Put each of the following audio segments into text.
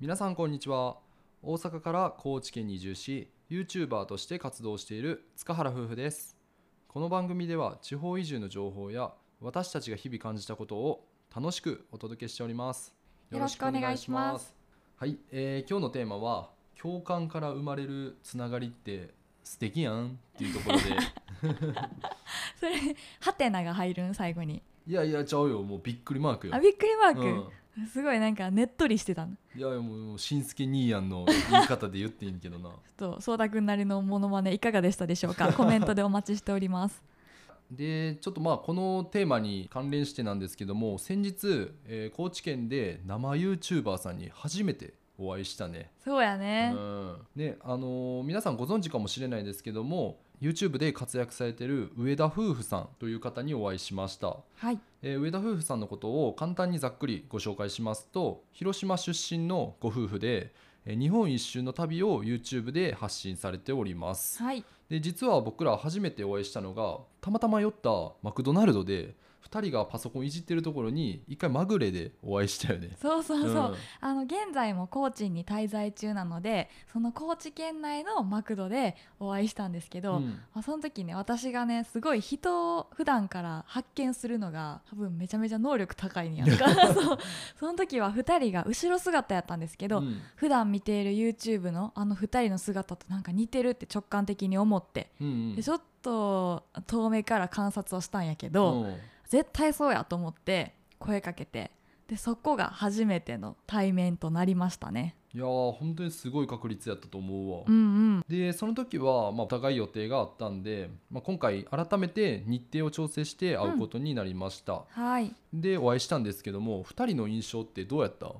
皆さんこんにちは大阪から高知県に移住し YouTuber として活動している塚原夫婦ですこの番組では地方移住の情報や私たちが日々感じたことを楽しくお届けしておりますよろしくお願いしますはい、えー今日のテーマは共感から生まれるつながりって素敵やんっていうとこ ろでそれハテナが入るん最後にいやいやちゃうよもうびっくりマークよあびっくりマーうク、すごいなんかねっとりしてたのん、いやいやもうしんすけ兄やんの言い方で言っていいんけどなちょっとそうたくんなりのモノマネいかがでしたでしょう かコメントでお待ちしておりますでちょっとまあこのテーマに関連してなんですけども先日、えー高知県で生 YouTuber さんに初めてお会いしたね。そうやうね、ん、ねあのー皆さんご存知かもしれないですけども YouTube で活躍されてる上田夫婦さんという方にお会いしました。はいえー上田夫婦さんのことを簡単にざっくりご紹介しますと広島出身のご夫婦で、えー日本一周の旅を YouTube で発信されております。はいで実は僕ら初めてお会いしたのがたまたま酔ったマクドナルドで2人がパソコンいじってるところに一回まぐれでお会いしたよね。そうそうそう、んあの現在も高知に滞在中なのでその高知県内のマクドでお会いしたんですけうど、んまあその時ね私がねすごい人を普段から発見するのが多分めちゃめちゃ能力高いんやん かそうその時は2人が後ろ姿やったんですけど、うん普段見ている YouTube のあの2人の姿となんか似てるって直感的に思って、うんうんでちょっと遠目から観察をしたんやけど、うん絶対そうやと思って声かけてでそこが初めての対面となりましたね。いやー本当にすごい確率やったと思うわ。うんうん、でその時は、まあ、お互い予定があったんで、まあ、今回改めて日程を調整して会うことになりました、はいいでお会いしたんですけども2人の印象ってどうやった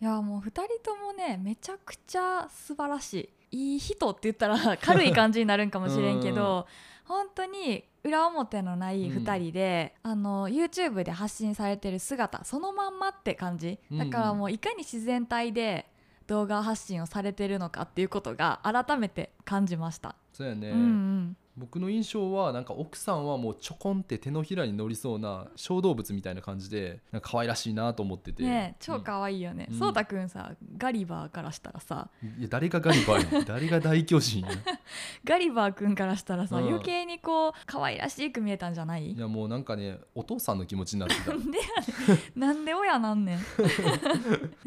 やもう2人ともねめちゃくちゃ素晴らしいいい人って言ったら 軽い感じになるんかもしれんけど、本当に裏表のない2人で、あの YouTube で発信されてる姿そのまんまって感じだからもういかに自然体で動画発信をされてるのかっていうことが改めて感じました。そうやね、うんうん僕の印象はなんか奥さんはもうちょこんって手のひらに乗りそうな小動物みたいな感じでなんか可愛らしいなと思ってて、ねえ超可愛いよね、うんそうたくんさガリバーからしたらさうんいや誰がガリバ ーや誰が大巨人やガリバーくんからしたらさ、うん余計にこう可愛らしく見えたんじゃないいやもうなんかねお父さんの気持ちになってたなんでや ねんなんで親なん ね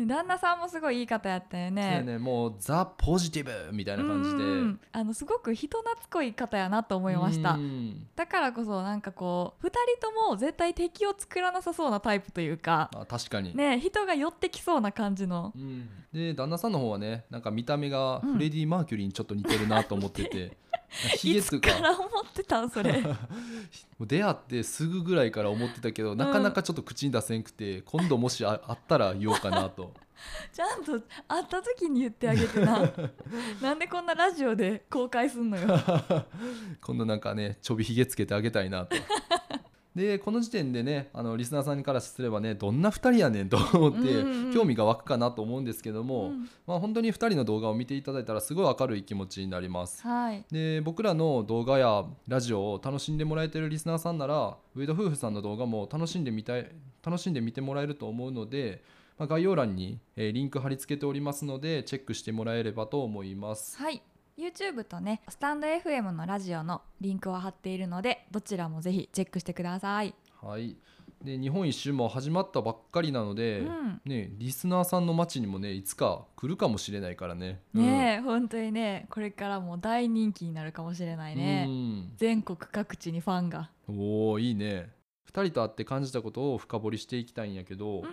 ん旦那さんもすごいいい方やったよねねねもうザ・ポジティブみたいな感じでうんうんうんあのすごく人懐っこい方やなと思いましたうんだからこそなんかこう2人とも絶対敵を作らなさそうなタイプというかあ確かに、ねえ人が寄ってきそうな感じのうん、で旦那さんの方はねなんか見た目がフレディ・マーキュリーにちょっと似てるなと思って て、ひげいつつうかから思ってたん それもう出会ってすぐぐらいから思ってたけどなかなかちょっと口に出せんくて、今度もしああったら言おうかな とちゃんと会った時に言ってあげて ななんでこんなラジオで公開すんのよ今度なんかねちょびひげつけてあげたいなと。でこの時点でねあのリスナーさんからすればねどんな2人やねんと思ってうんうんうん興味が湧くかなと思うんですけども、うんまあ、本当に2人の動画を見ていただいたらすごい明るい気持ちになります。はいで僕らの動画やラジオを楽しんでもらえてるリスナーさんなら上田夫婦さんの動画も楽しんでみたい楽しんで見てもらえると思うので、まあ、概要欄に、えーリンク貼り付けておりますのでチェックしてもらえればと思います。はい YouTube とねスタンド FM のラジオのリンクを貼っているのでどちらもぜひチェックしてください、はい、で日本一周も始まったばっかりなので、うんね、リスナーさんの街にもねいつか来るかもしれないからね。ねえ、本当にねこれからも大人気になるかもしれなえいね、全国各地にファンが、おおいいね。2人と会って感じたことを深掘りしていきたいんやけど、うん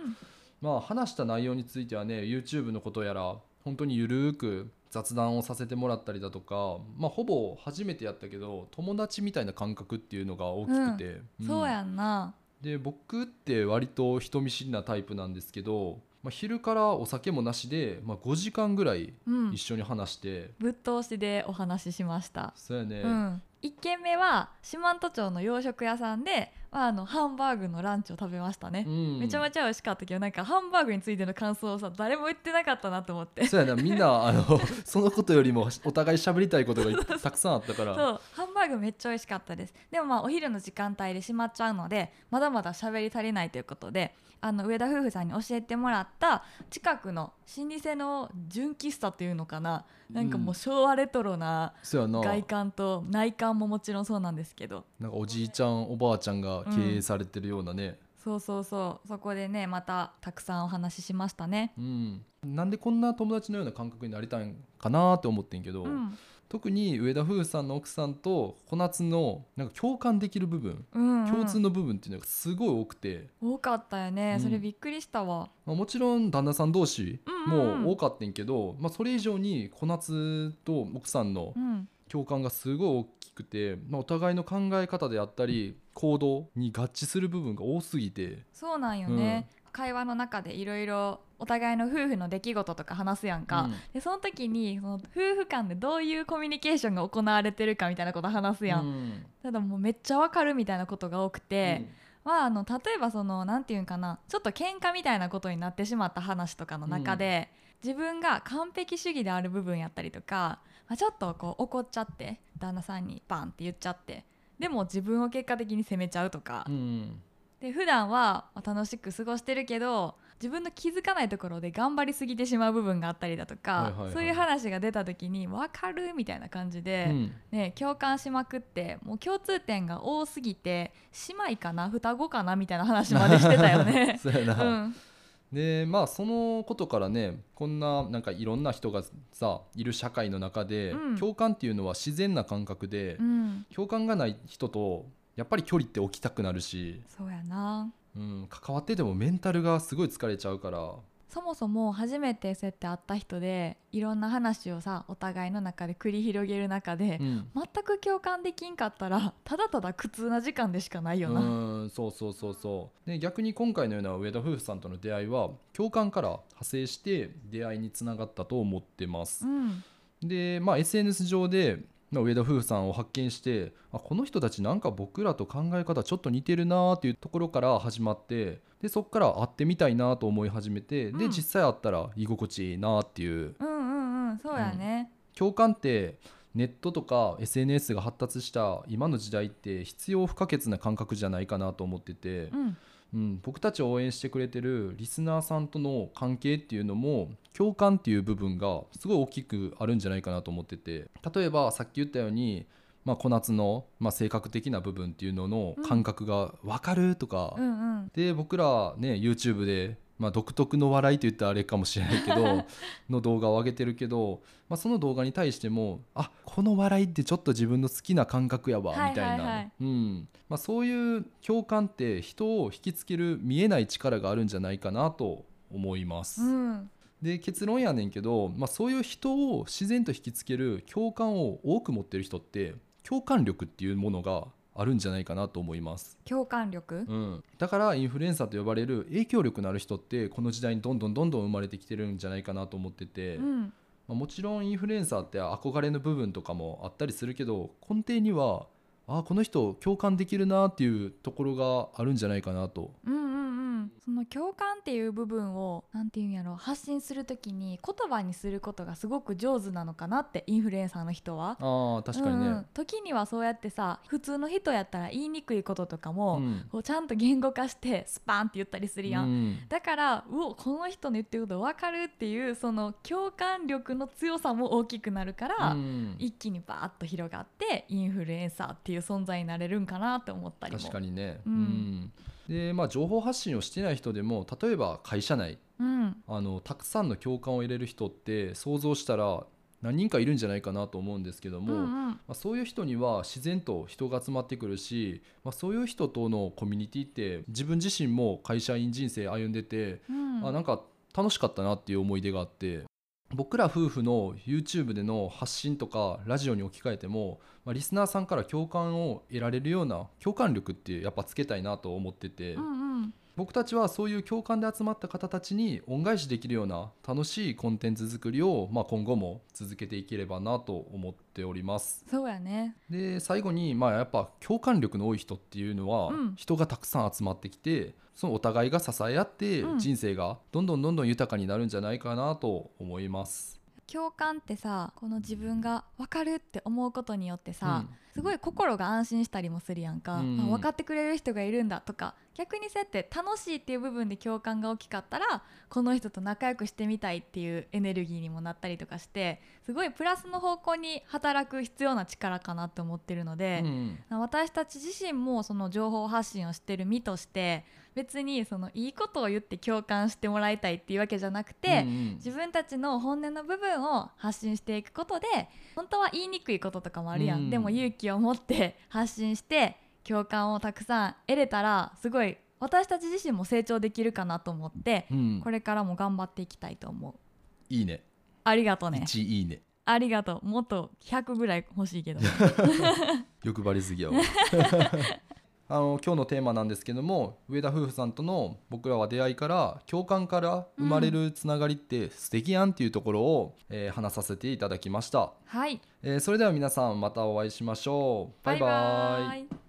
まあ、話した内容についてはね YouTube のことやら本当にゆるーく雑談をさせてもらったりだとか、まあ、ほぼ初めてやったけど友達みたいな感覚っていうのが大きくて、うんそうやんなで僕って割と人見知りなタイプなんですけど、まあ、昼からお酒もなしで、まあ、5時間ぐらいうん一緒に話して、ぶっ通しでお話ししましたそうやね、うん、1軒目は四万十町の洋食屋さんでまあ、あのハンバーグのランチを食べましたね、うんめちゃめちゃ美味しかったけどなんかハンバーグについての感想をさ誰も言ってなかったなと思っ てそうやなみんなあ のそのことよりもお互い喋りたいことがいたくさんあったからそうハンバーグめっちゃ美味しかったですでもまあお昼の時間帯で閉まっちゃうのでまだまだ喋り足りないということであの上田夫婦さんに教えてもらった近くの老舗の純喫茶っていうのかななんかもう昭和レトロなそうやな外観と内観ももちろんそうなんですけどなんかおじいちゃんおばあちゃんが経営されてるようなね、そうそうそうそこでねまたたくさんお話ししましたね。うんなんでこんな友達のような感覚になりたいんかなって思ってんけど、うん、特に上田夫婦さんの奥さんと小夏のなんか共感できる部分うんうん共通の部分っていうのがすごい多くて、多かったよね、うんそれびっくりしたわ。まあ、もちろん旦那さん同士うんうんうんも多かったんけど、まあ、それ以上に小夏と奥さんのうん共感がすごい大きくて、まあ、お互いの考え方であったり行動に合致する部分が多すぎて、そうなんよね、会話の中でいろいろお互いの夫婦の出来事とか話すやんか、うんでその時にその夫婦間でどういうコミュニケーションが行われてるかみたいなこと話すやん、うんただもうめっちゃわかるみたいなことが多くて、まあ、あの例えばそのなんていうんかなちょっと喧嘩みたいなことになってしまった話とかの中で、自分が完璧主義である部分やったりとか、まあ、ちょっとこう怒っちゃって旦那さんにバンって言っちゃってでも自分を結果的に責めちゃうとかう、んで普段はまあ楽しく過ごしてるけど自分の気づかないところで頑張りすぎてしまう部分があったりだとか、はいはいはいそういう話が出た時に分かるみたいな感じで、うんね、共感しまくってもう共通点が多すぎて姉妹か な双子かなみたいな話までしてたよね。そうやうな、ん、でまあそのことからねこんななんかいろんな人がさいる社会の中で、うん共感っていうのは自然な感覚で、うん、共感がない人とやっぱり距離って置きたくなるし、そうやなうん、関わっててもメンタルがすごい疲れちゃうから。そもそも初めてそうやって会った人でいろんな話をさお互いの中で繰り広げる中で、うん全く共感できんかったらただただ苦痛な時間でしかないよな。うんそうそうそうそうで逆に今回のような上田夫婦さんとの出会いは共感から派生して出会いにつながったと思ってますう、んで、まあ、SNS 上でまあ上田夫婦さんを発見してあこの人たちなんか僕らと考え方ちょっと似てるなーっていうところから始まってでそこから会ってみたいなと思い始めて、うでん実際会ったら居心地いいなーっていううんうんうんそうやね、共感ってネットとか SNS が発達した今の時代って必要不可欠な感覚じゃないかなと思ってて、うん、うん、僕たちを応援してくれてるリスナーさんとの関係っていうのも共感っていう部分がすごい大きくあるんじゃないかなと思ってて例えばさっき言ったように、まあ、小夏の、まあ、性格的な部分っていうののうん感覚が分かるとか、うんうんで僕らね YouTube で、まあ、独特の笑いと言ったらあれかもしれないけ どの動画を上げてるけど、まあ、その動画に対してもあこの笑いってちょっと自分の好きな感覚やわはいみたいはいはないうんまあそういう共感って人を引きつける見えない力があるんじゃないかなと思います。うんで結論やねんけど、まあ、そういう人を自然と引きつける共感を多く持ってる人って共感力っていうものがあるんじゃないかなと思います。共感力うん、だからインフルエンサーと呼ばれる影響力のある人ってこの時代にどんどんどんどん生まれてきてるんじゃないかなと思ってて、うまんあ、もちろんインフルエンサーって憧れの部分とかもあったりするけど根底にはあこの人共感できるなっていうところがあるんじゃないかなと。うんうんうんその共感っていう部分をなんていうんやろ発信するときに言葉にすることがすごく上手なのかなってインフルエンサーの人はあー確かにね、うんうん時にはそうやってさ普通の人やったら言いにくいこととかも、うんこうちゃんと言語化してスパンって言ったりするやん、うんだからうおこの人の言ってること分かるっていうその共感力の強さも大きくなるから、うん一気にバーッと広がってインフルエンサーっていう存在になれるんかなって思ったりも確かにね、うんうんでまあ、情報発信をしてない人でも例えば会社内うんあのたくさんの共感を入れる人って想像したら何人かいるんじゃないかなと思うんですけども、うんまうんあ、そういう人には自然と人が集まってくるし、まあ、そういう人とのコミュニティって自分自身も会社員人生歩んでて、うんあなんか楽しかったなっていう思い出があって僕ら夫婦の YouTube での発信とかラジオに置き換えても、まあ、リスナーさんから共感を得られるような共感力ってやっぱつけたいなと思ってて。うんうん僕たちはそういう共感で集まった方たちに恩返しできるような楽しいコンテンツ作りを、まあ、今後も続けていければなと思っております。そうやねで最後に、まあ、やっぱ共感力の多い人っていうのは、うん人がたくさん集まってきてそのお互いが支え合って、うん人生がどんどんどんどん豊かになるんじゃないかなと思います。共感ってさこの自分が分かるって思うことによってさ、うんすごい心が安心したりもするやんか、うんあ分かってくれる人がいるんだとか逆にそうやって楽しいっていう部分で共感が大きかったらこの人と仲良くしてみたいっていうエネルギーにもなったりとかしてすごいプラスの方向に働く必要な力かなと思ってるのでう、ん私たち自身もその情報発信をしてる身として別にそのいいことを言って共感してもらいたいっていうわけじゃなくて、うんうん自分たちの本音の部分を発信していくことで本当は言いにくいこととかもあるやうん、んでも勇気を持って発信して共感をたくさん得れたらすごい私たち自身も成長できるかなと思ってうんこれからも頑張っていきたいと思ういいねありがとうね1いいねありがとうもっと100ぐらい欲し いけど欲張りすぎやわ あの今日のテーマなんですけども上田夫婦さんとの僕らは出会いから共感から生まれるつながりって素敵やんっていうところを、えー話させていただきました、はいえーそれでは皆さんまたお会いしましょうバイバイイ